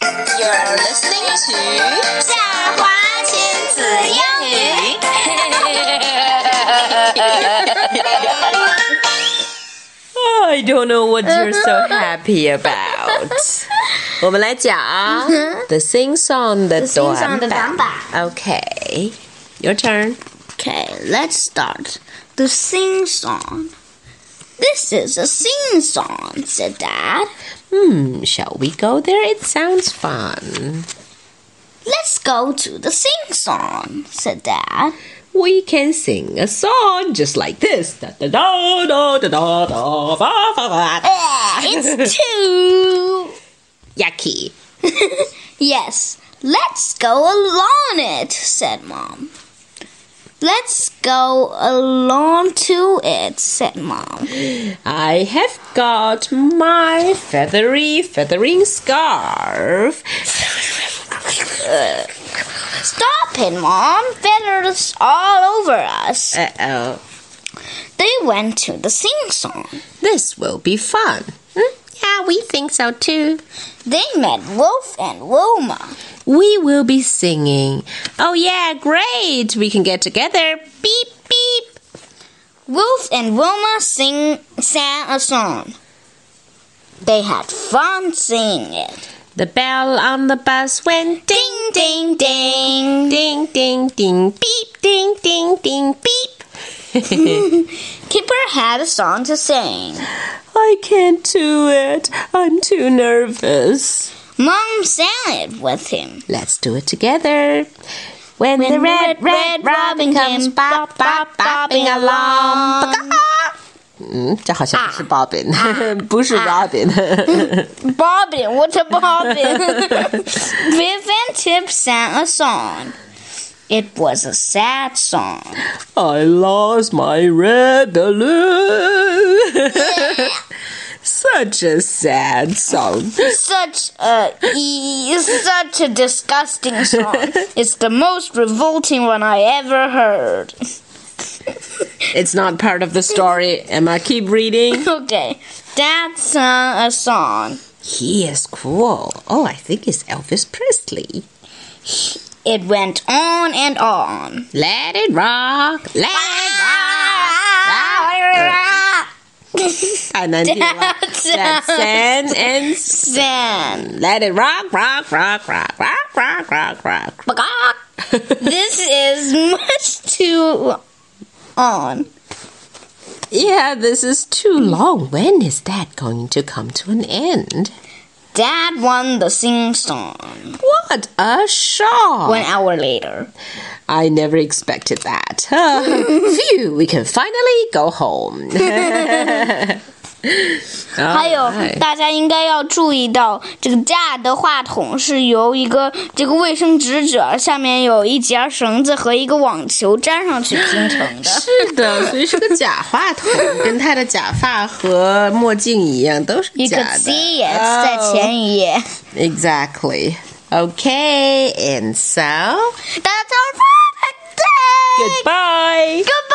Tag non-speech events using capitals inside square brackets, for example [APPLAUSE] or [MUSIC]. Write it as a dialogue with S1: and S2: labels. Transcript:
S1: You're listening to
S2: 夏华亲子英语。
S1: [LAUGHS] I don't know what you're so happy [LAUGHS] about 我们来讲 The Sing Song 的
S2: sing song 的
S1: 短板
S2: 短板。
S1: Okay, your turn.
S2: Okay, let's start the sing song. This is a sing song, said Dad.
S1: Hmm, shall we go there? It sounds fun.
S2: Let's go to the sing song, said Dad.
S1: We can sing a song just like this. Da da da da da da da ba ba ba.
S2: It's two.
S1: Yucky.
S2: Yes, let's go along it, said Mom. Let's go along to it, said Mom.
S1: I have got my feathery feathering scarf.
S2: Stop it, Mom. Feathers all over us.
S1: Uh oh.
S2: They went to the sing song.
S1: This will be fun. Hmm? Yeah, we think so too.
S2: They met Wolf and Wilma.
S1: We will be singing. Oh, yeah, great. We can get together. Beep, beep.
S2: Wolf and Wilma sing sang a song. They had fun singing it.
S1: The bell on the bus went ding,
S2: Ding ding ding.
S1: ding, ding, ding, beep, ding, ding, ding, beep.
S2: Kipper had a song to sing.
S1: I can't do it. I'm too nervous.
S2: Mom sang it with him.
S1: Let's do it together. When,
S2: When
S1: the red, red, robin comes bop, bop, bopping along.
S2: [LAUGHS] Ah.
S1: Hmm, 嗯，这好像不是 Bobbin，、不是 [LAUGHS] Robin。
S2: Bobbin, what a
S1: [LAUGHS]
S2: bobbin! Viv and Tip sang a song. It was a sad song.
S1: I lost my red balloon. [LAUGHS] Such a sad song.
S2: Such a e- such a disgusting song. It's the most revolting one I ever heard. [LAUGHS]
S1: It's not part of the story. Am I keep reading?
S2: Okay, Dad sang a song.
S1: He is cool. Oh, I think it's Elvis Presley.
S2: It went on and on.
S1: Let it rock. Let it rock. And [LAUGHS] then you like that sand and s-
S2: Then
S1: let it rock, rock, rock, rock, rock, rock, rock, rock.
S2: this is much too on.
S1: Yeah, this is too long. When is that going to come to an end?
S2: Dad won the sing song.
S1: What a shock!
S2: One hour later.
S1: I never expected that. [LAUGHS] Phew, we can finally go home. [LAUGHS] 啊
S2: 还有，
S1: 哎
S2: 大家应该要注意到，这个 Dad 的话筒是由一个这个卫生纸卷下面有一节绳子和一个网球粘上去拼成
S1: [LAUGHS] [LAUGHS]
S2: 的。
S1: 是的，所以是个假话筒，跟他的假发和墨镜一样，都是
S2: You
S1: 假
S2: could
S1: 的。
S2: see it E 在前一页。
S1: Oh, exactly. Okay, and so
S2: 大家早上好，Dad。
S1: goodbye.
S2: Goodbye.